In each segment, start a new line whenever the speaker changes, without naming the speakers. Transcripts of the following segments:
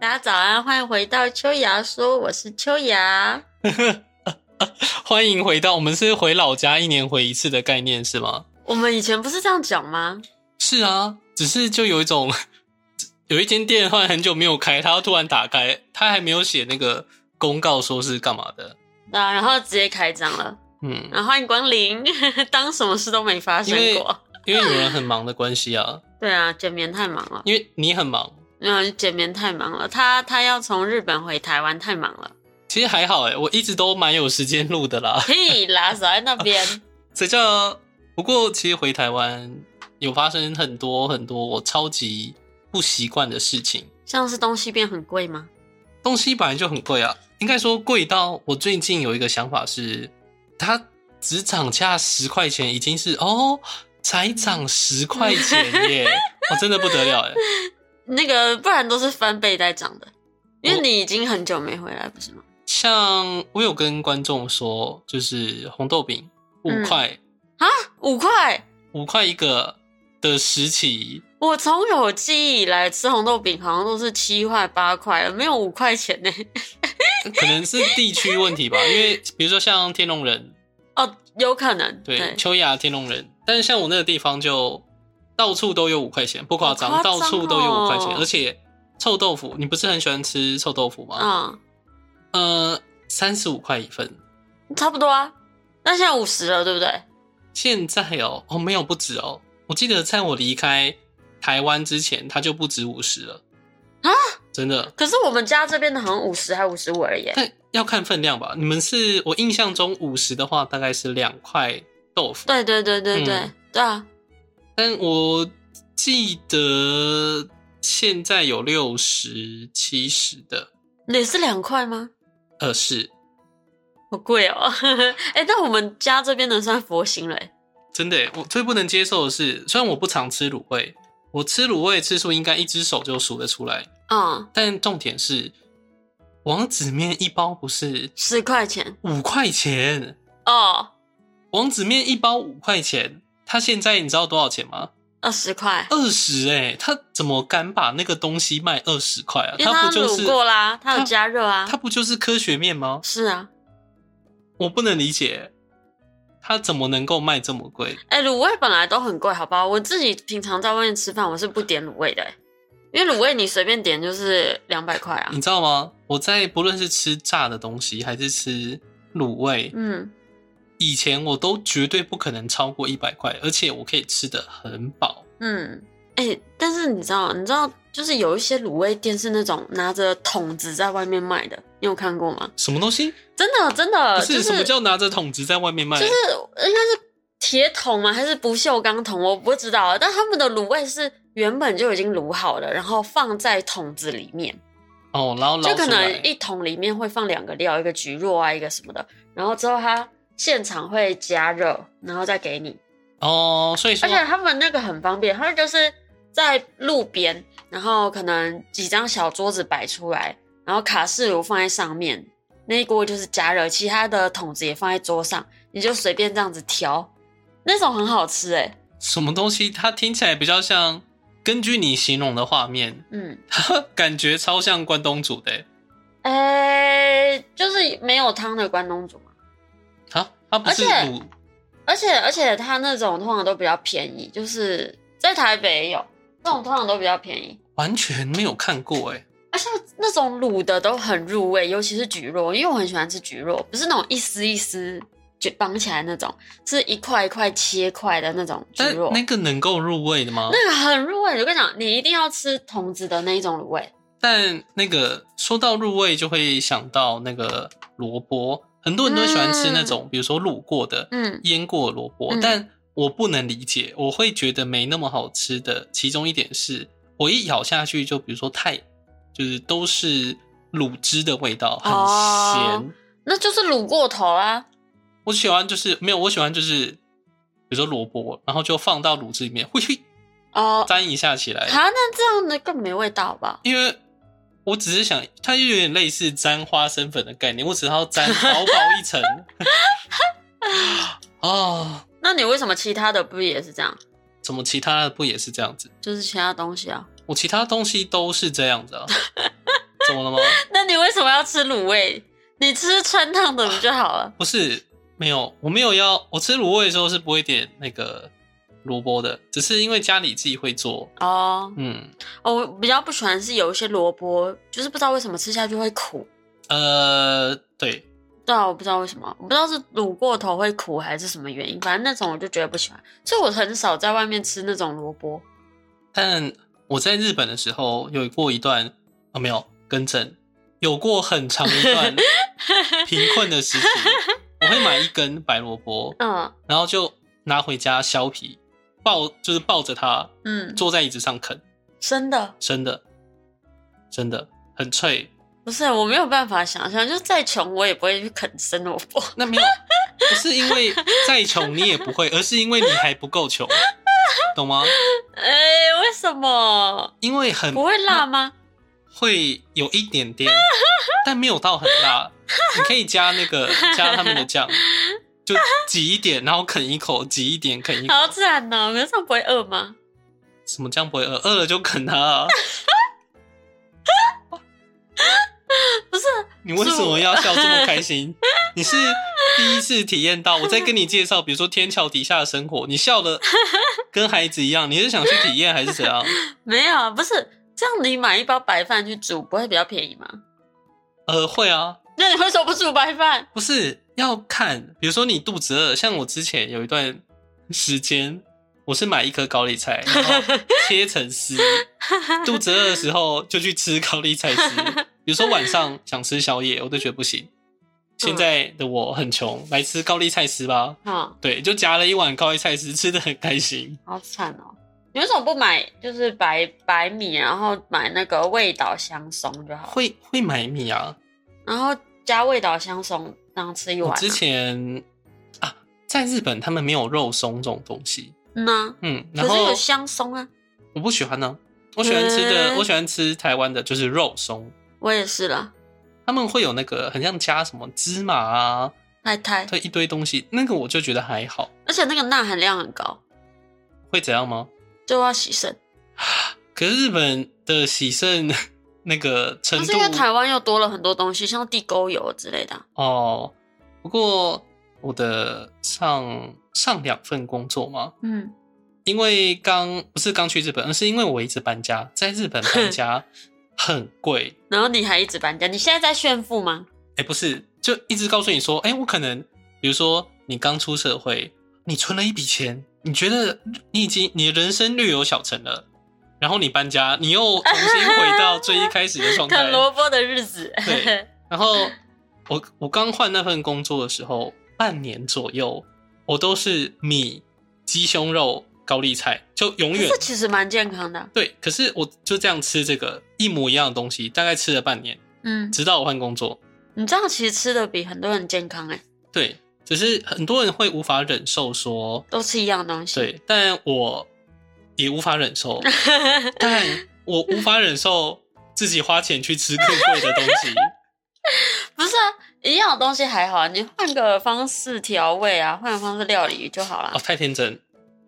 大家早安，欢迎回到秋芽说，我是秋芽。
欢迎回到我们是回老家一年回一次的概念是吗？
我们以前不是这样讲吗？
是啊，只是就有一种 有一间店好像很久没有开，它突然打开，它还没有写那个公告说是干嘛的。
对啊，然后直接开张了，
嗯，
然后欢迎光临， 当什么事都没发生
因为
过。
因为有人很忙的关系啊，
对啊，简眠太忙了，
因为你很忙，
嗯，简眠太忙了，他他要从日本回台湾，太忙了。
其实还好诶、我一直都蛮有时间录的啦。
屁啦，少在那边。
谁叫？不过其实回台湾有发生很多很多我超级不习惯的事情，
像是东西变很贵吗？
东西本来就很贵啊，应该说贵到我最近有一个想法是，它只涨价十块钱已经是哦，才涨十块钱耶，我、真的不得了哎。
那个不然都是翻倍在涨的，因为
我
你已经很久没回来，不是吗？
像我有跟观众说，就是红豆饼五
嗯
块，
五块，
五块一个的时期，
我从有记忆以来吃红豆饼好像都是七块八块，没有五块钱呢。
可能是地区问题吧，因为比如说像天龙人，
哦，有可能，
对，秋雅天龙人，但是像我那个地方就到处都有五块钱，不夸张，
好夸张
到处都有五块钱，
哦
而且臭豆腐，你不是很喜欢吃臭豆腐吗？
嗯，
呃，三十五块一份，
差不多啊。那现在五十了，对不对？
现在哦，哦没有不止哦，我记得在我离开台湾之前，它就不止五十了
啊，
真的，
可是我们家这边的好像五十还五十五而已。
但要看分量吧。你们是我印象中五十的话，大概是两块豆腐，
对对对对对、
嗯
对啊，
但我记得现在有六十七十的，
也是两块吗？
呃，是
好贵哦。 哎、但我们家这边的算佛心了耶。
真的耶。我最不能接受的是，虽然我不常吃卤味，我吃卤味次数应该一只手就数得出来，
嗯，
但重点是王子面一包不是
十块钱
五块钱，
哦，
王子面一包五块钱，它现在你知道多少钱吗？
二十块，
二十哎，他怎么敢把那个东西卖二十块啊？
因为它
不就是
卤过啦，它有
它
加热啊。
它不就是科学面吗？
是啊，
我不能理解，它怎么能够卖这么贵？
哎、卤味本来都很贵，好不好？我自己平常在外面吃饭，我是不点卤味的、欸，因为卤味你随便点就是两百块啊
你。知道吗？我在不论是吃炸的东西还是吃卤味，
嗯，
以前我都绝对不可能超过一百块，而且我可以吃的很饱。
嗯，哎、但是你知道，你知道，就是有一些卤味店是那种拿着桶子在外面卖的，你有看过吗？
什么东西？
真的，真的，
不是、
呃就是
什么叫拿着桶子在外面卖？
就是应该是铁桶吗？还是不锈钢桶？我不知道啊。但他们的卤味是原本就已经卤好了，然后放在桶子里面，
哦，然后捞
就可
出来
能一桶里面会放两个料，一个菊若啊，一个什么的。然后之后它现场会加热，然后再给你。
哦，所以说
而且他们那个很方便，他们就是在路边，然后可能几张小桌子摆出来，然后卡式炉放在上面，那一锅就是加热，其他的桶子也放在桌上，你就随便这样子挑，那种很好吃哎、
什么东西它听起来比较像，根据你形容的画面，
嗯，
它感觉超像关东煮的欸
哎、就是没有汤的关东煮嘛，
啊，它不是
而且
卤
而且而且它那种通常都比较便宜，就是在台北也有这种通常都比较便宜。
完全没有看过哎、
而且那种卤的都很入味，尤其是菊肉，因为我很喜欢吃菊肉，不是那种一丝一丝卷绑起来那种，是一块一块切块的那种菊
但
肉，
那个能够入味的吗？
那个很入味。我跟你讲，你一定要吃童子的那一种卤味，
但那个说到入味，就会想到那个萝卜，很多人都喜欢吃那种，比如说卤过的、
嗯，
腌过的萝卜，
嗯
但我不能理解，我会觉得没那么好吃的。其中一点是我一咬下去，就比如说太，就是都是卤汁的味道，很
哦
咸。
那就是卤过头啊啦、
我喜欢就是没有，我喜欢就是比如说萝卜，然后就放到卤汁里面，嘿嘿
哦，
沾一下起来，
啊，那这样的更没味道好不好？
因为我只是想，它就有点类似沾花生粉的概念，我只要沾薄薄一层。哦，
那你为什么其他的不也是这样？
怎么其他的不也是这样子？
就是其他东西啊，
我其他东西都是这样子啊，怎么了吗？
那你为什么要吃卤味？你吃川烫的不就好了？
不是，没有，我没有要，我吃卤味的时候是不会点那个萝卜的，只是因为家里自己会做，
哦
嗯，
哦，我比较不喜欢是有一些萝卜，就是不知道为什么吃下去会苦。
呃，对，
对啊，我不知道为什么，我不知道是卤过头会苦还是什么原因，反正那种我就觉得不喜欢，所以我很少在外面吃那种萝卜。
但我在日本的时候有过一段啊，没有更正，有过很长一段呃贫困的时期，呃我会买一根白萝卜，
嗯
然后就拿回家削皮，抱就是抱着它
嗯，
坐在椅子上啃，
真的
真的，真的很脆。
不是，我没有办法想象，就再穷我也不会去啃生萝卜。
那没有，不是因为再穷你也不会，而是因为你还不够穷，懂吗？
哎、为什么
因为很
不会辣吗？
会有一点点，但没有到很辣。你可以加那个加他们的酱，就挤一点，然后啃一口，挤一点啃一口。
好惨哦！可是这样不会饿吗？
什么酱不会饿？饿了就啃它、啊。
不是，
你为什么要笑这么开心？你是第一次体验到我在跟你介绍，比如说天桥底下的生活，你笑的跟孩子一样。你是想去体验还是怎样？
没有啊，不是这样。你买一包白饭去煮，不会比较便宜吗？
呃，会啊，
那你为什么不煮白饭？
不是要看，比如说你肚子饿，像我之前有一段时间，我是买一颗高丽菜，然后 切成丝，肚子饿的时候就去吃高丽菜丝。比如说晚上想吃宵夜，我都觉得不行。现在的我很穷，来吃高丽菜丝吧。
啊、
对，就夹了一碗高丽菜丝，吃的很开心。
好惨哦！你为什么不买就是白白米，然后买那个味道香松就好了，
会会买米啊？
然后加味道香松，然后吃一碗、
我
啊。
之前啊，在日本他们没有肉松这种东西。
嗯啊，
嗯，然
可
后
是有香松啊，
我不喜欢呢、我喜欢吃的，
嗯
我喜欢吃台湾的，就是肉松。
我也是啦，
他们会有那个很像加什么芝麻啊，
太太，
对一堆东西，那个我就觉得还好。
而且那个钠含量很高，
会怎样吗？
就要洗肾。
可是日本的喜盛 那个
但
程度
哦是因为台湾又多了很多东西，像地沟油之类的啊、
哦，不过我的上上两份工作嘛，
嗯，
因为刚不是刚去日本，而是因为我一直搬家，在日本 搬家很贵，
然后你还一直搬家，你现在在炫富吗？
哎、不是，就一直告诉你说，哎、我可能，比如说你刚出社会，你存了一笔钱，你觉得你已经你的人生略有小成了，然后你搬家，你又重新回到最一开始 的状态
啃。萝卜的日子。
对然后我我刚换那份工作的时候，半年左右，我都是米、鸡胸肉、高丽菜，就永
可
远
是其实蛮健康的啊、
对。可是我就这样吃这个一模一样的东西，大概吃了半年，
嗯，
直到我换工作。
你这样其实吃的比很多人健康哎、
对，只是很多人会无法忍受说，
都吃一样东西。
对，但我也无法 忍受，但我无法忍受自己花钱去吃更贵的东西。
不是啊，一样的东西还好啊，你换个方式调味啊，换个方式料理就好
哦，
了。
太天真，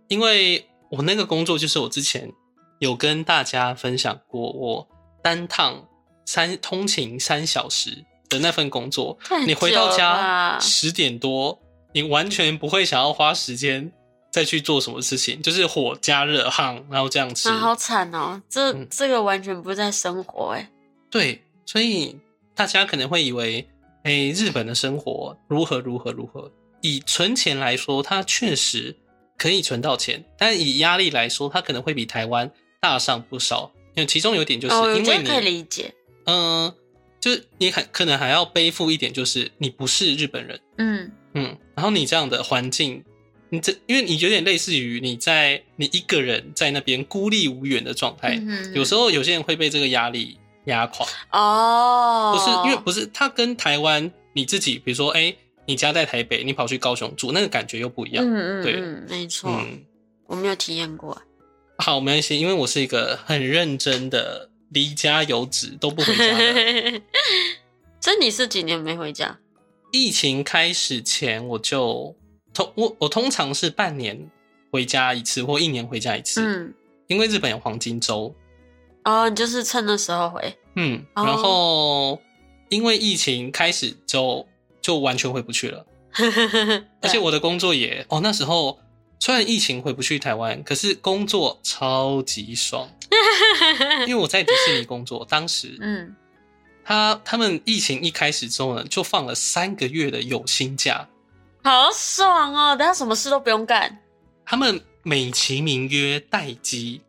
因为我那个工作就是我之前有跟大家分享过，我单趟三通勤三小时的那份工作，
太
哦你回
久
到
了
家
吧
十点多，你完全不会想要花时间再去做什么事情，就是火加热夯，然后这样吃。
啊，好惨哦！这、
嗯
这个完全不是在生活哎、
对，所以大家可能会以为，哎，日本的生活如何如何如何。以存钱来说，它确实可以存到钱，但以压力来说，它可能会比台湾大上不少。因为其中有一点就是
哦，我
因
觉
为
得可以
你，
理解。
嗯、就是你还可能还要背负一点，就是你不是日本人。
嗯，
嗯，然后你这样的环境，你这因为你有点类似于你在你一个人在那边孤立无援的状态，哎
嗯
有时
候
候有些人会被这个压力压垮，
哦，
不是因为不是他跟台湾你自己，比如说哎、你家在台北，你跑去高雄住，那个感觉又不一样。
嗯嗯
对
嗯，没错，
嗯，
我没有体验过。
好，没关系，因为我是一个很认真的离家游子都不回家 的。
所以你是几年没回家？
疫情开始前，我就通我我通常是半年回家一次，或一年回家一次。
嗯，
因为日本有黄金周，
哦，你就是趁那时候回。
嗯，然后因为疫情开始就就完全回不去了， 而且我的工作也哦那时候虽然疫情回不去台湾，可是工作超级爽，因为我在迪士尼工作，当时
嗯，
他他们疫情一开始之后呢，就放了三个月的有薪假，
好爽哦！大家什么事都不用干，
他们美其名曰待机，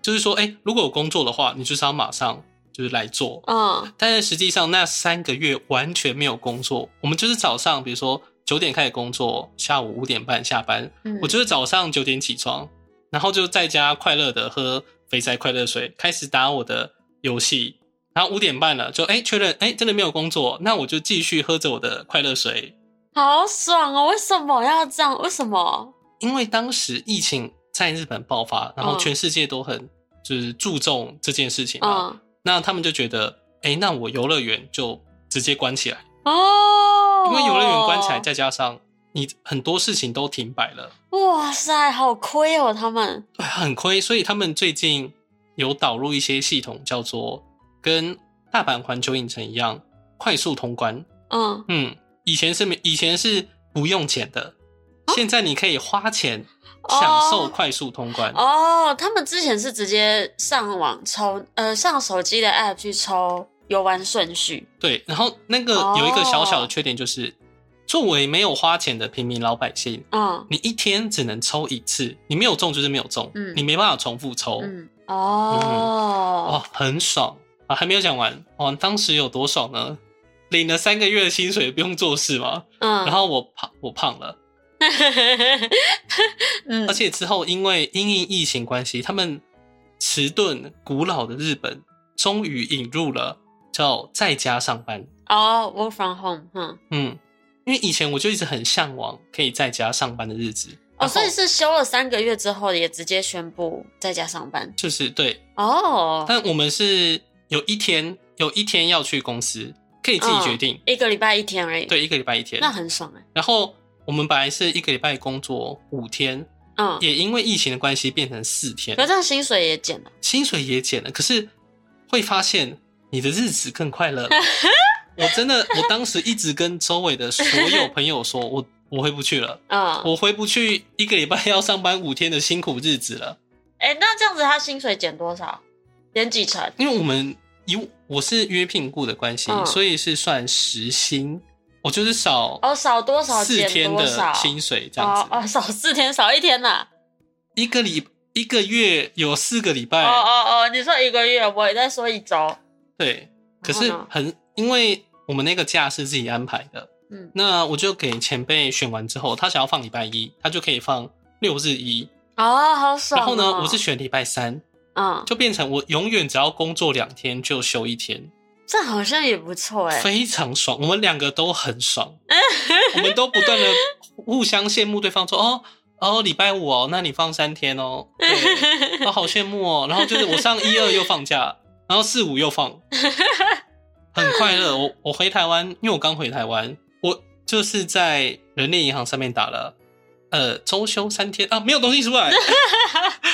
就是说，哎、如果有工作的话，你就是要马上就是来做，
嗯
但是实际上那三个月完全没有工作，我们就是早上比如说九点开始工作，下午五点半下班，
嗯，
我就是早上九点起床，然后就在家快乐的喝肥宅快乐水，开始打我的游戏，然后五点半了就哎确认哎真的没有工作，那我就继续喝着我的快乐水，
好爽哦！为什么要这样？为什么？
因为当时疫情在日本爆发，然后
嗯
全世界都很就是注重这件事情嘛，
嗯
那他们就觉得哎那我游乐园就直接关起来。
哦，
因为游乐园关起来，再加上你很多事情都停摆了，
哦哇塞，好亏哦！他们
对，哎很亏。所以他们最近有导入一些系统，叫做跟大阪环球影城一样快速通关。
嗯，
嗯，以前是没，以前是不用钱的，
哦
现在你可以花钱享受快速通关。
哦，他们之前是直接上网抽，呃，上手机的 app 去抽游玩顺序，
对，然后那个有一个小
哦
小的缺点就是，作为没有花钱的平民老百姓。
嗯
你一天只能抽一次，你没有中就是没有中，
嗯
你没办法重复抽。
嗯，哦，
哦，很爽啊！还没有讲完哦，当时有多爽呢？领了三个月的薪水，不用做事嘛。
嗯，
然后我胖，我胖了，
嗯
而且之后因为因应疫情关系，他们迟钝古老的日本终于引入了叫在家上班。
哦，work from home，嗯，
嗯，因为以前我就一直很向往可以在家上班的日子。
哦，
然后
所以是休了三个月之后，也直接宣布在家上班。
就是对，
哦，
但我们是有一天有一天要去公司，可以自己决定。
一个礼拜一天而已，，
对，一个礼拜一天。
嗯那很爽哎、
然后我们本来是一个礼拜工作五天，
嗯，
也因为疫情的关系变成四天
可，这样薪水也减了，
薪水也减了。可是会发现你的日子更快 乐了。我真的，我当时一直跟周围的所有朋友说，我我回不去了，
嗯，
我回不去一个礼拜要上班五天的辛苦日子了。
哎、那这样子他薪水减多少？减几成？
因为我们以我是约聘雇的关系，
嗯
所以是算时薪，我就是少
哦，少多少？
四
减
天
多少
的？薪水这样子。
哦哦，少四天，少一天啊呐、
一个礼一个月有四个礼拜，
哦哦哦，你说一个月，我也在说一周。
对，可
然后
是
呢
很因为我们那个假是自己安排的，
嗯，
那我就给前辈选完之后，他想要放礼拜一，他就可以放六日一，
哦，好爽、
然
哦。
后呢，我是选礼拜三，
嗯，
就变成我永远只要工作两天就休一天，
这好像也不错哎、
非常爽，我们两个都 很爽，我们都不断的互相羡慕对方说哦。哦，礼拜五哦，那你放三天哦， 对哦，好羡慕哦。然后就是我上一二又放假，然后四五又放，很快乐。我我回台湾，因为我刚回台湾，我就是在人力银行上面打了，呃，周休三天啊，没有东西 出来，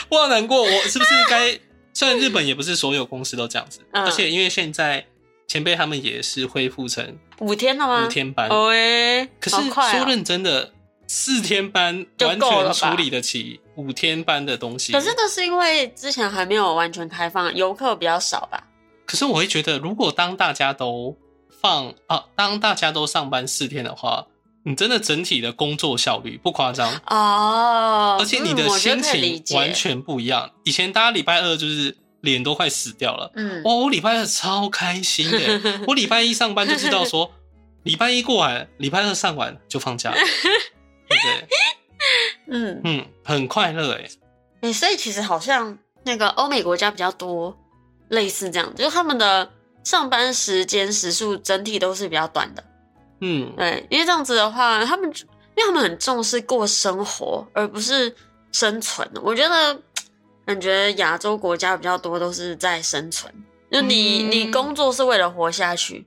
我好难过。我是不是该？虽然日本也不是所有公司都这样子，
嗯
而且因为现在前辈他们也是恢复成
五天了吗？
五天班，
哦哎、
可是
好快哦
说认真的，四天班
就
完
够
全
了
处
吧
理得起五天班的东西。
可是那是因为之前还没有完全开放，游客比较少吧？
可是我会觉得，如果当大家都放啊，当大家都上班四天的话，你真的整体的工作效率不夸张，
哦，
而且你的
嗯我觉
心
得可以理
情
解
完全不一样。以前大家礼拜二就是脸都快死掉了，
嗯，
哇，我礼拜二超开心的、 我礼拜一上班就知道说，礼拜一过完，礼拜二上完就放假了，对不对？
嗯，
嗯，很快乐哎、
诶所以其实好像那个欧美国家比较多类似这样，就是他们的上班时间时数整体都是比较短的。
嗯，
对，因为这样子的话，他们就因为他们很重视过生活，而不是生存。我觉得感觉亚洲国家比较多都是在生存，就你、
嗯
你工作是为了活下去。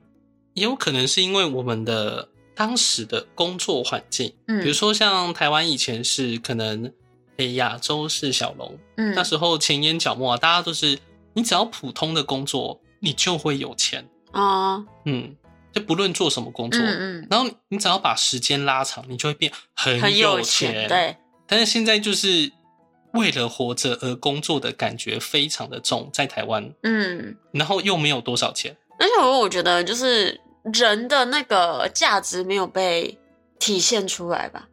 也有可能是因为我们的当时的工作环境，
嗯，
比如说像台湾以前是可能，诶亚洲是小龙，
嗯
那时候前眼角膜啊，大家都是你只要普通的工作，你就会有钱。
哦，
嗯，就不论做什么工作，
嗯
然后你只要把时间拉长，你就会变很
嗯，很有
钱。
钱，，对，
但是现在就是为了活着而工作的感觉非常的重，在台湾，
嗯，
然后又没有多少钱。
而且我我觉得就是人的那个价值没有被体现出来吧。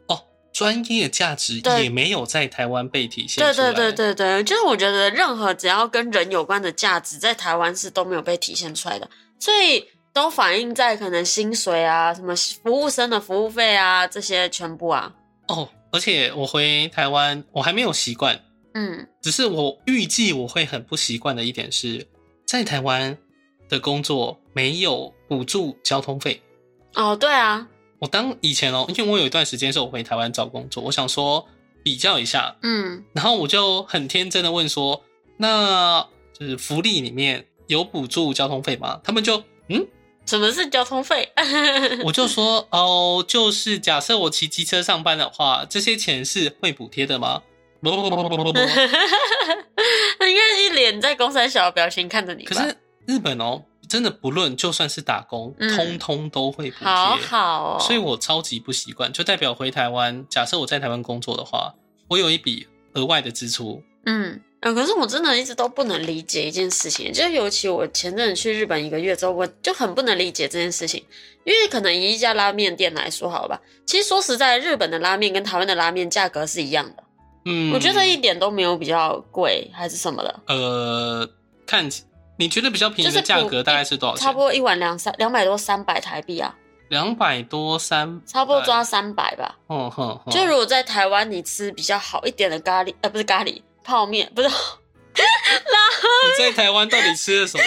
专业价值
对
也没有在台湾被体现
对
出来
对对对对，就是我觉得任何只要跟人有关的价值，在台湾是都没有被体现出来的，所以都反映在可能薪水啊、什么服务生的服务费啊这些全部啊。
哦，而且我回台湾，我还没有习惯，
嗯，
只是我预计我会很不习惯的一点是，在台湾的工作没有补助交通费。
哦，对啊，
我当以前哦，因为我有一段时间是我回台湾找工作，我想说比较一下，
嗯
然后我就很天真的问说，那就是福利里面有补助交通费吗？他们就嗯，
什么是交通费？
我就说哦，就是假设我骑机车上班的话，这些钱是会补贴的吗？ 不不不不不不不不。
他应该一脸在公山小的表情看着你吧。
可是日本哦，真的不论就算是打工，
嗯
通通都会补贴。
好好哦，
所以我超级不习惯，就代表回台湾。假设我在台湾工作的话，我有一笔额外的支出，
嗯。嗯，可是我真的一直都不能理解一件事情，就是尤其我前阵子去日本一个月之后，我就很不能理解这件事情，因为可能以一家拉面店来说好了吧，其实说实在，日本的拉面跟台湾的拉面价格是一样的，
嗯，
我觉得一点都没有比较贵还是什么的，
呃，看起你觉得比较便宜
就是
的
普
价格大概是多少钱？
差不多一碗两三两百多三百台币啊，
两百多三，
差不多抓三百吧。
嗯哼哼，
就如果在台湾你吃比较好一点的咖喱，呃，不是咖喱，泡面，不是，
你在台湾到底吃了什么？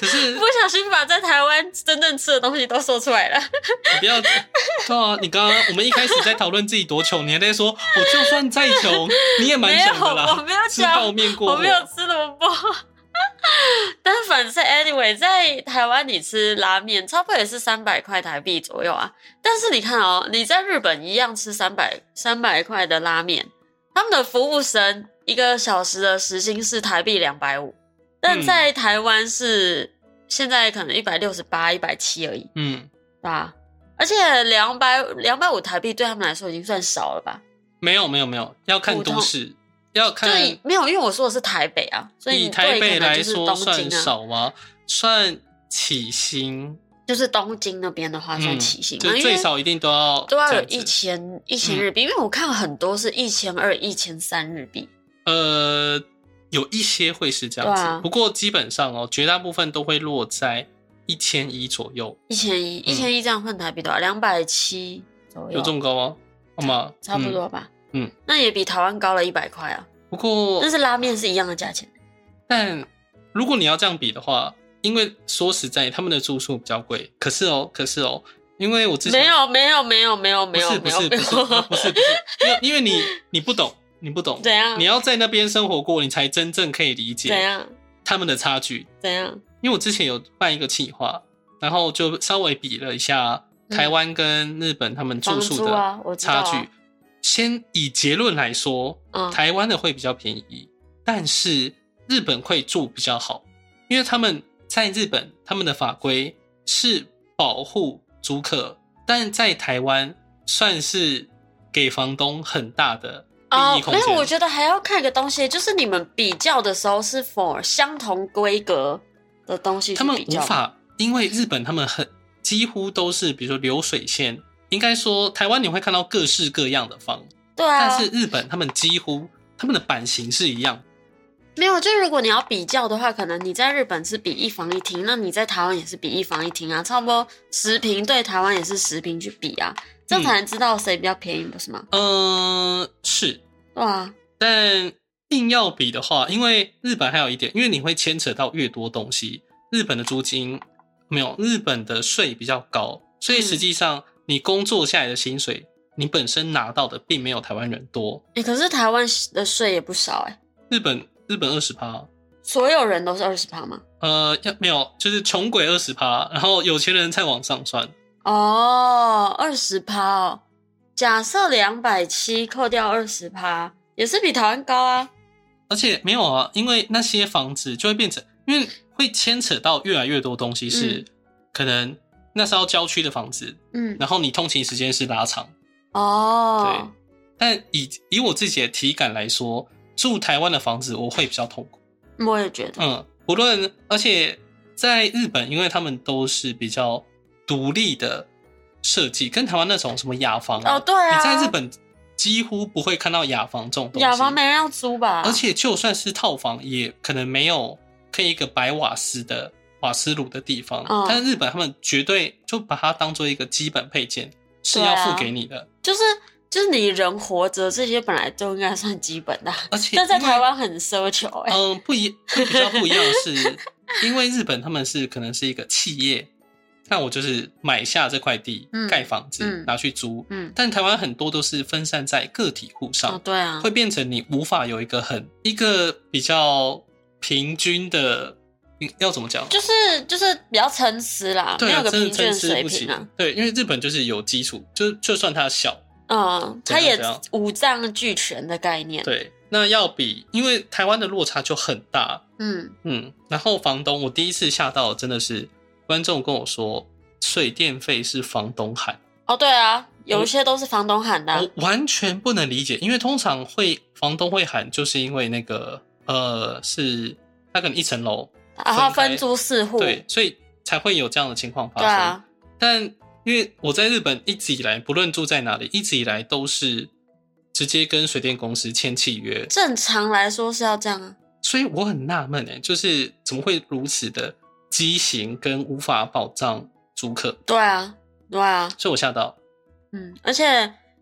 可是
不小心把在台湾真正吃的东西都说出来了。
你不要，对啊，你刚刚我们一开始在讨论自己多穷，你还在说我就算再穷，你也蛮
没有，
穷的
我
啦。
没有
吃
讲，
泡面过
啊我
火
没有吃萝卜。 但反正 anyway，在台湾你吃拉面，差不多也是三百块台币左右啊。但是你看哦，你在日本一样吃三百三百块的拉面，他们的服务生一个小时的时薪是台币两百五，但
嗯
在台湾是现在可能一百六十八、一百七而已，
嗯，
对吧？而且两百两百五台币对他们来说已经算少了吧？
没有没有没有，要看
普
都
通
市，要看
就以没有，因为我说的是台北啊，所以
以
你
台
对
北
可能
来
就是
说
东
算
京啊，
少吗？算起薪，
就是东京那边的话算
嗯，
起薪嘛，
就
因
最
为
少一定都要
都要
这
有
样子嗯
一千一千日币，因为我看很多是一千二、一千三日币。
呃，有一些会是这样子，
对啊
不过基本上哦，绝大部分都会落在一千一左右，
一千一，一千一这样换台币多少？两百七左
嗯有
右
这，么高吗？好吗？
啊差不
嗯
多吧。
嗯，哦
那也比台湾高了一百块啊，
不过，
但是拉面是一样的价钱。
但如果你要这样比的话，因为说实在，他们的住宿比较贵。可是哦，可是哦，因为我之前
没有，没有，没有，没有，
不
没有
是，不
没有，
是不
没
是不是不
有，
是，不是因为因为你你不懂，你不懂，
怎样
你？要在那边生活过，你才真正可以理
怎
解
样？
他们的差距。
怎样？
因为我之前有办一个企划，然后就稍微比了一下
嗯
台湾跟日本他们住
房
宿
租
的
啊，我知道
差
啊
距。先以结论来说，
嗯
台湾的会比较便宜，但是日本会住比较好，因为他们在日本他们的法规是保护租客，但在台湾算是给房东很大的利益空
哦没
间。
有，我觉得还要看一个东西，就是你们比较的时候是否相同规格的东西
他
去
们
比
无
较吗。
法，因为日本他们很几乎都是，比如说流水线，应该说台湾你会看到各式各样的房，
对啊，
但是日本他们几乎他们的版型是一样的。
没有，就是如果你要比较的话，可能你在日本是比一房一厅，那你在台湾也是比一房一厅啊，差不多十平对台湾也是十平去比啊，这样才能知道谁比较便宜，不是吗？
嗯，是，
对啊，
但硬要比的话，因为日本还有一点，因为你会牵扯到越多东西，日本的租金没有日本的税比较高，所以实际上你工作下来的薪水，你本身拿到的并没有台湾人多。
哎、可是台湾的税也不少哎、
日本日本二十趴，
所有人都是二十趴吗？
呃，要没有就是穷鬼二十趴，然后有钱人再往上算，
哦，二十趴哦，假设两百七扣掉二十趴，也是比台湾高啊。
而且没有啊，因为那些房子就会变成，因为会牵扯到越来越多东西是，
嗯
可能那时候郊区的房子，
嗯，
然后你通勤时间是拉长，
哦，
但以以我自己的体感来说，住台湾的房子我会比较痛苦。
我也觉得，
嗯，不论而且在日本，因为他们都是比较独立的设计，跟台湾那种什么雅房啊，
哦，对啊，
你在日本几乎不会看到雅房这种东西。
雅房没啊人要租吧？
而且就算是套房，也可能没有可以一个白瓦斯的瓦斯炉的地方。
嗯
但是日本他们绝对就把它当做一个基本配件，是
对
要
啊
付给你的。
就是就是你人活着，这些本来就应该算基本的啊，
而且
但在
因为
台，湾很奢求哎、
嗯，不一会比较不一样的是，因为日本他们是可能是一个企业，那我就是买下这块地
嗯
盖房子、
嗯
拿去租。
嗯，
但台湾很多都是分散在个体户上，
哦，对啊
会，变成你无法有一个很一个比较平均的，嗯要怎么讲？
就是就是比较参差啦，
对
没
啊，
有个
真的
平均的
参差
水
不
平
齐
啊。。
对，因为日本就是有基础，就就算它小，
嗯，它
怎样
也
怎样
五脏俱全的概念。
啊对，那要比因为台湾的落差就很大。
嗯，
嗯，然后房东，我第一次吓到真的是观众跟我说，水电费是房东喊，
哦，对啊，有一些都是房东喊的啊、
我完全不能理解，因为通常会房东会喊，就是因为那个呃是他可能一层楼，
然后啊
分开
分租四户。
对，所以才会有这样的情况发
对
生。
啊，
但因为我在日本一直以来，不论住在哪里，一直以来都是直接跟水电公司签契约，
正常来说是要这样啊。
所以我很纳闷哎，就是怎么会如此的畸形跟无法保障租客，
对啊，对啊，
所以我吓到。
嗯，而且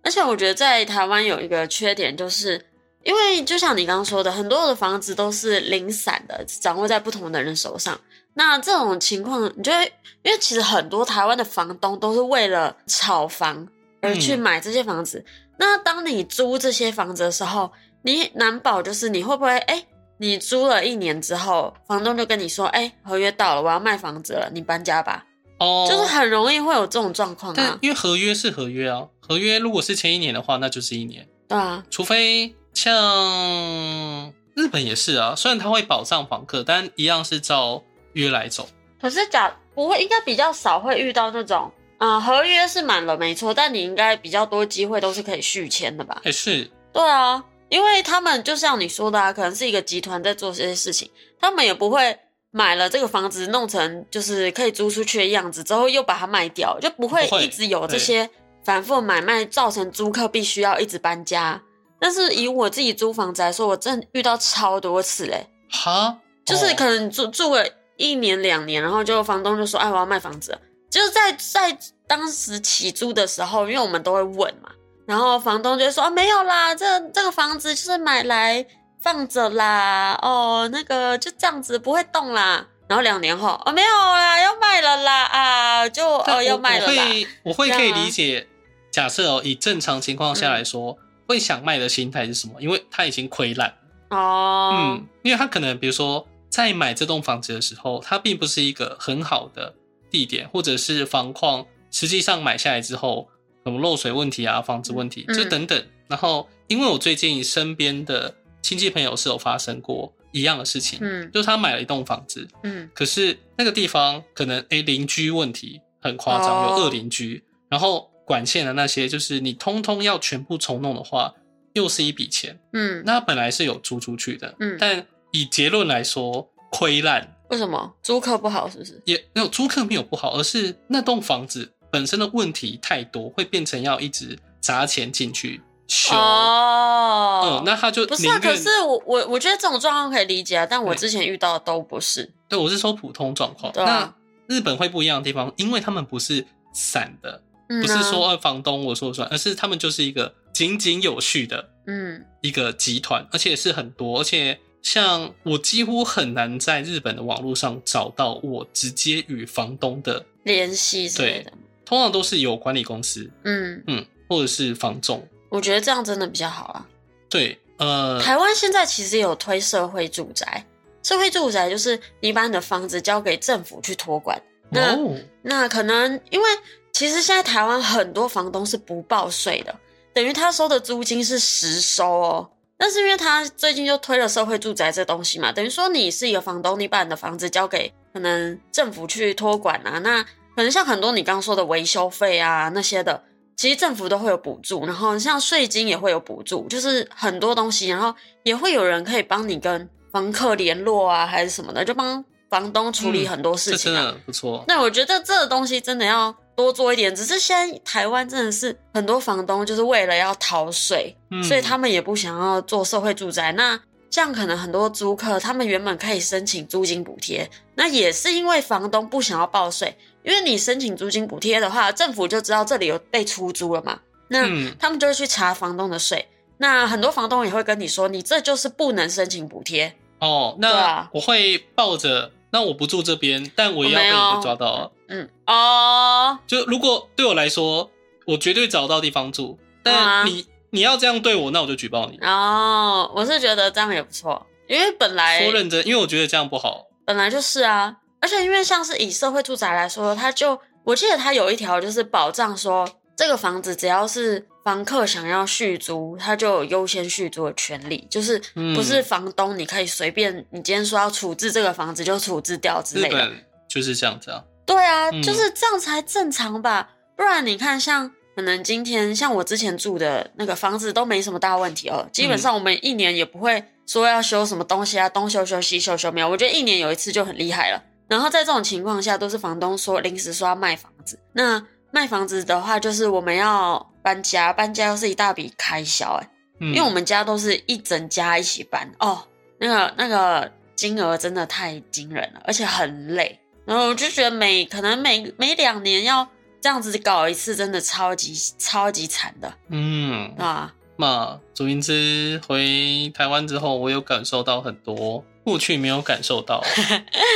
而且我觉得在台湾有一个缺点，就是因为就像你刚刚说的，很多的房子都是零散的，掌握在不同的人手上。那这种情况，你就会因为其实很多台湾的房东都是为了炒房而去
嗯
买这些房子。那当你租这些房子的时候，你难保就是你会不会哎、诶你租了一年之后，房东就跟你说，哎、合约到了，我要卖房子了，你搬家吧。
哦，
就是很容易会有这种状况
但
啊，
因为合约是合约啊，合约如果是前一年的话，那就是一年，
对啊，
除非像日本也是啊，虽然它会保障房客，但一样是照约来走。
可是假不会，应该比较少会遇到那种，嗯、合约是满了没错，但你应该比较多机会都是可以续签的吧？
哎、是
对啊，因为他们就像你说的啊，可能是一个集团在做这些事情，他们也不会买了这个房子弄成就是可以租出去的样子之后又把它卖掉，就不会
不会
一直有这些反复买卖，造成租客必须要一直搬家。但是以我自己租房子来说，我真的遇到超多次哎、
哈，
就是
哦
可能住住了一年两年，然后就房东就说：“哎，我要卖房子了。”就是在在当时起租的时候，因为我们都会问嘛，然后房东就会说：“啊，没有啦，这这个房子就是买来放着啦，哦，那个就这样子不会动啦。”然后两年后，哦，没有啦，要卖了啦啊，就
但
哦
我
要卖
我
了啦，
会我会
这
可以
样啊嗯
理解，假设哦，以正常情况下来说，会想卖的心态是什么？因为他已经亏烂，
哦，
嗯，因为他可能比如说在买这栋房子的时候，它并不是一个很好的地点，或者是房况，实际上买下来之后，什么漏水问题啊、房子问题，
嗯
就等等。然后，因为我最近身边的亲戚朋友是有发生过一样的事情，
嗯
就是他买了一栋房子，
嗯
可是那个地方可能诶邻居问题很夸张，有
哦
恶邻居，然后管线的那些就是你通通要全部重弄的话，又是一笔钱。
嗯，
那本来是有租出去的，
嗯
但以结论来说，亏烂
为什么租客不好是不是？
也没有租客没有不好，而是那栋房子本身的问题太多，会变成要一直砸钱进去修。
哦
嗯，，那他就
不是
宁
啊，
愿
可是我我我觉得这种状况可以理解啊，但我
对
之前遇到的都不是。
对我是说普通状况。
对啊
那日本会不一样的地方，因为他们不是散的，
嗯、
不是，说呃房东我说了算，而是他们就是一个井井有序的
嗯
一个集团，而且是很多，而且像我几乎很难在日本的网络上找到我直接与房东的，
联系之类的。
通常都是有管理公司，
嗯，
嗯，或者是房仲，
我觉得这样真的比较好啊。
对，呃，
台湾现在其实也有推社会住宅，社会住宅就是你把你的房子交给政府去托管。那
哦，
那可能因为其实现在台湾很多房东是不报税的，等于他收的租金是实收哦。但是因为他最近就推了社会住宅这东西嘛，等于说你是一个房东，你把你的房子交给可能政府去托管啊，那可能像很多你刚刚说的维修费啊那些的，其实政府都会有补助，然后像税金也会有补助，就是很多东西，然后也会有人可以帮你跟房客联络啊，还是什么的，就帮房东处理
嗯
很多事
这
情
真
啊。
的不错。
那我觉得这个东西真的要多做一点，只是现在台湾真的是很多房东就是为了要逃税，
嗯
所以他们也不想要做社会住宅。那这样可能很多租客他们原本可以申请租金补贴，那也是因为房东不想要报税，因为你申请租金补贴的话，政府就知道这里有被出租了嘛，那
嗯
他们就会去查房东的税。那很多房东也会跟你说，你这就是不能申请补贴，
哦，
对
那
啊哦
我会抱着，那我不住这边，但我也要
我没
被
有
你们抓到啊。
嗯哦，
就如果对我来说，我绝对找到地方住，
啊
但你、你要这样对我，那我就举报你。
哦，我是觉得这样也不错，因为本来
说认真，因为我觉得这样不好。
本来就是啊，而且因为像是以社会住宅来说，它就我记得它有一条就是保障说，这个房子只要是房客想要续租，它就有优先续租的权利，就是
嗯
不是房东你可以随便，你今天说要处置这个房子就处置掉之
日
类的，
本就是这样子啊，
对啊，
嗯
就是这样才正常吧？不然你看，像可能今天像我之前住的那个房子都没什么大问题哦，基本上我们一年也不会说要修什么东西啊，东修修西修修没有，我觉得一年有一次就很厉害了。然后在这种情况下，都是房东说临时说要卖房子，那卖房子的话，就是我们要搬家，搬家又是一大笔开销哎、
嗯、
因为我们家都是一整家一起搬哦，那个那个金额真的太惊人了，而且很累。然后我就觉得每可能每每两年要这样子搞一次，真的超级超级惨的
嗯，
啊！
嘛，总言之，回台湾之后，我有感受到很多过去没有感 受到，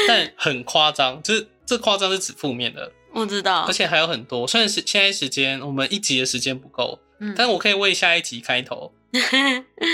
但很夸张，就是这夸张是指负面的，
我知道
而，且还有很多。虽然是现在时间我们一集的时间不够，
嗯，
但我可以为下一集开头。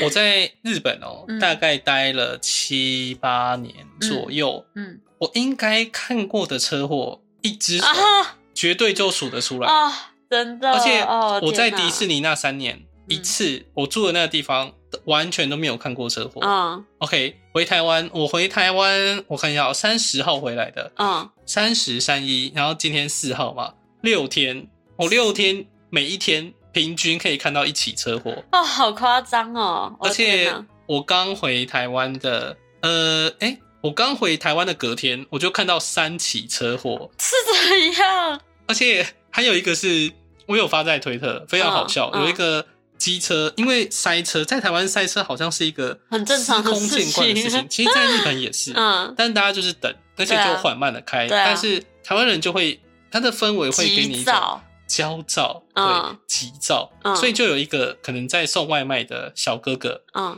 我在日本哦、
嗯
大概待了七八年左右，
嗯
我应该看过的车祸，一只手
啊
绝对就数得出来。
啊，真的，
而且
哦
我在
天哪嗯
迪士尼那三年，一次我住的那个地方完全都没有看过车祸。
嗯
OK，回台湾，我回台湾，我看一下哦，三十号回来的，
嗯，
三十三一，然后今天四号嘛，六天，我六天每一天平均可以看到一起车祸，
哦，好夸张哦，我
而
的天
且
哪
我刚回台湾的，呃，哎、我刚回台湾的隔天，我就看到三起车祸，
是怎样？
而且还有一个是我有发在推特，非常好笑，
嗯嗯
有一个机车因为塞车，在台湾塞车好像是一个
很正常的
司空见惯的事
事情
情，其实在日本也是，
嗯，
但大家就是等，而且
对啊
就缓慢的开，
对啊
但是台湾人就会他的氛围会给你
急
一种
躁，
焦躁，对
嗯，
急躁，
嗯
所以就有一个可能在送外卖的小哥哥，
嗯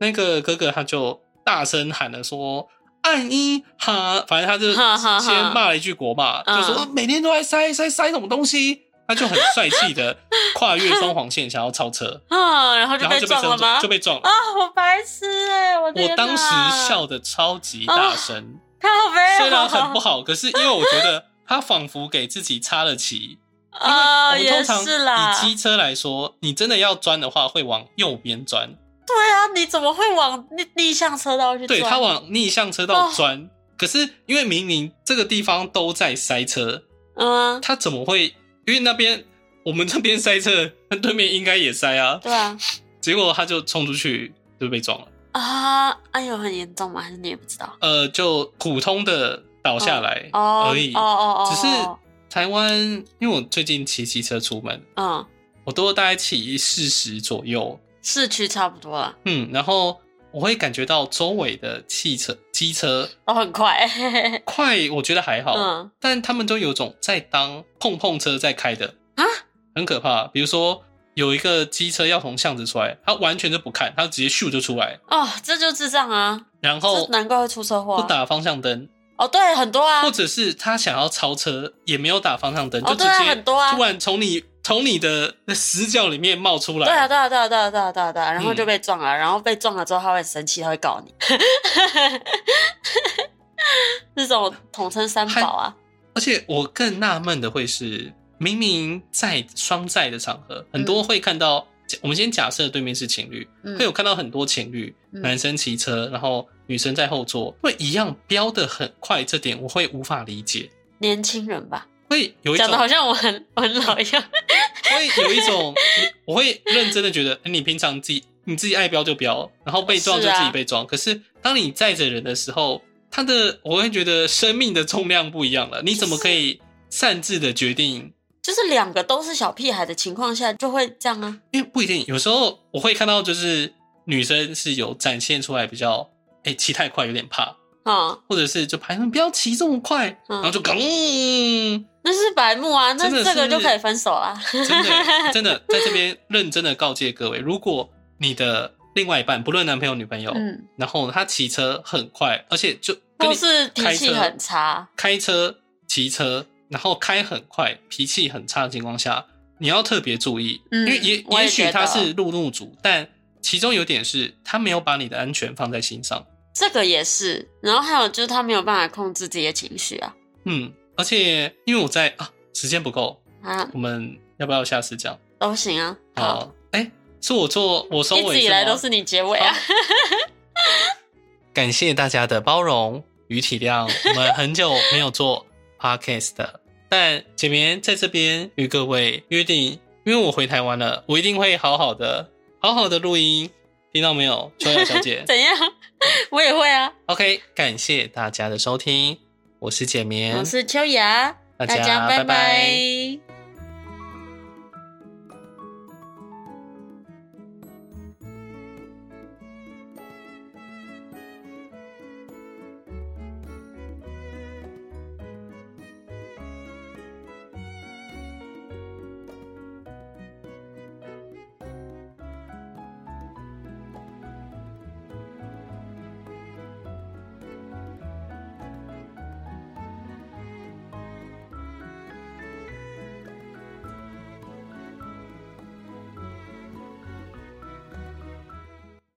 那个哥哥他就大声喊了说。按一哈，反正他就
哈哈哈
先骂了一句国骂，
嗯
就说每天都在塞塞塞什么东西，他就很帅 气的跨越双黄线想要超车，
嗯，然后就
然后
被
就被
撞了吗？
就被撞了
啊。，我白痴哎、我的
我当时笑的超级
哦
大声，
靠背，
虽然很不好，可是因为我觉得他仿佛给自己插了旗。因为
啊、
我们
也
通常
是啦
以。机车来说，你真的要钻的话，会往右边钻，
对啊，你怎么会往逆逆向车道去撞？
对他往逆向车道
哦
钻。可是因为明明这个地方都在塞车，
嗯，
他怎么会？因为那边我们这边塞车，那对面应该也塞啊。
对啊，
结果他就冲出去就被撞了，
啊，哎呦，很严重吗？还是你也不知道？
呃，就普通的倒下来
哦，
而已。
哦哦哦，
只是台湾，因为我最近骑机车出门，
嗯，
我都大概骑四十左右，
市区差不多了，
嗯，然后我会感觉到周围的汽车、机车
都很快。
快，我觉得还好，
嗯
但他们都有种在当碰碰车在开的
啊，
很可怕。比如说有一个机车要从巷子出来，他完全就不看，他直接咻就出来，
哦，这就智障啊！
然
这
后
难怪会出车祸
哦不
啊、
打方向灯，
哦，对，很多啊
或。者是他想要超车也没有打方向灯，
哦
就直
对啊
接
很多啊
突然从你从你的死角里面冒出来，
对啊，对啊，对啊，对啊，对啊，对啊，对啊，然后
嗯
就被撞了，然后被撞了之后，他会很生气，他会告你。 这种统称三宝啊，
而且我更纳闷的会是，明明在双载的场合，很多会看到假我们先假设对面是情侣，
嗯
会有看到很多情侣，
嗯
男生骑车，然后女生在后座，会一样飙得很快，这点我会无法理解，
年轻人吧，
会有一种
讲的好像我很 我很老一样。
会有一种， 我会认真的觉得，欸你平常自己你自己爱飙就飙，然后被撞
啊
就自己被撞。可是当你载着人的时候，他的我会觉得生命的重量不一样了。你怎么可以擅自的决定？
就是两个都是小屁孩的情况下，就会这样啊。
因为不一定，有时候我会看到就是女生是有展现出来比较，哎、骑太快有点怕，
啊、
或者是就排你不要骑这么快，
嗯
然后就嗯
那是白目啊，那
真的
这个
是
就可以分手啊啦。
真的真的在这 边认真的告诫各位，如果你的另外一半，不论男朋友女朋友，
嗯，
然后他骑车很快，而且就哦跟
都
你
是脾
开
气
车
很差，
开车、骑车，然后开很快，脾气很差的情况下，你要特别注意，
嗯
因为也
我也
也许他
觉得
是路怒族，但其中有点是他没有把你的安全放在心上。
这个也是。然后还有就是他没有办法控制自己的情绪啊
嗯，而且因为我在啊，时间不够，
啊，
我们要不要下次讲？
都行啊。好，
好，哎、是我做我收尾
一直以
吗
来都是你结尾啊
好。感谢大家的包容与体谅。我们很久没有做 podcast 了，但简明在这边与各位约定，因为我回台湾了，我一定会好好的、好好的录音，听到没有，秋瑶小 姐
怎样？我也会啊。
？OK，感谢大家的收听，我是简明
我，是秋雅，
嗯大
大家
拜
拜拜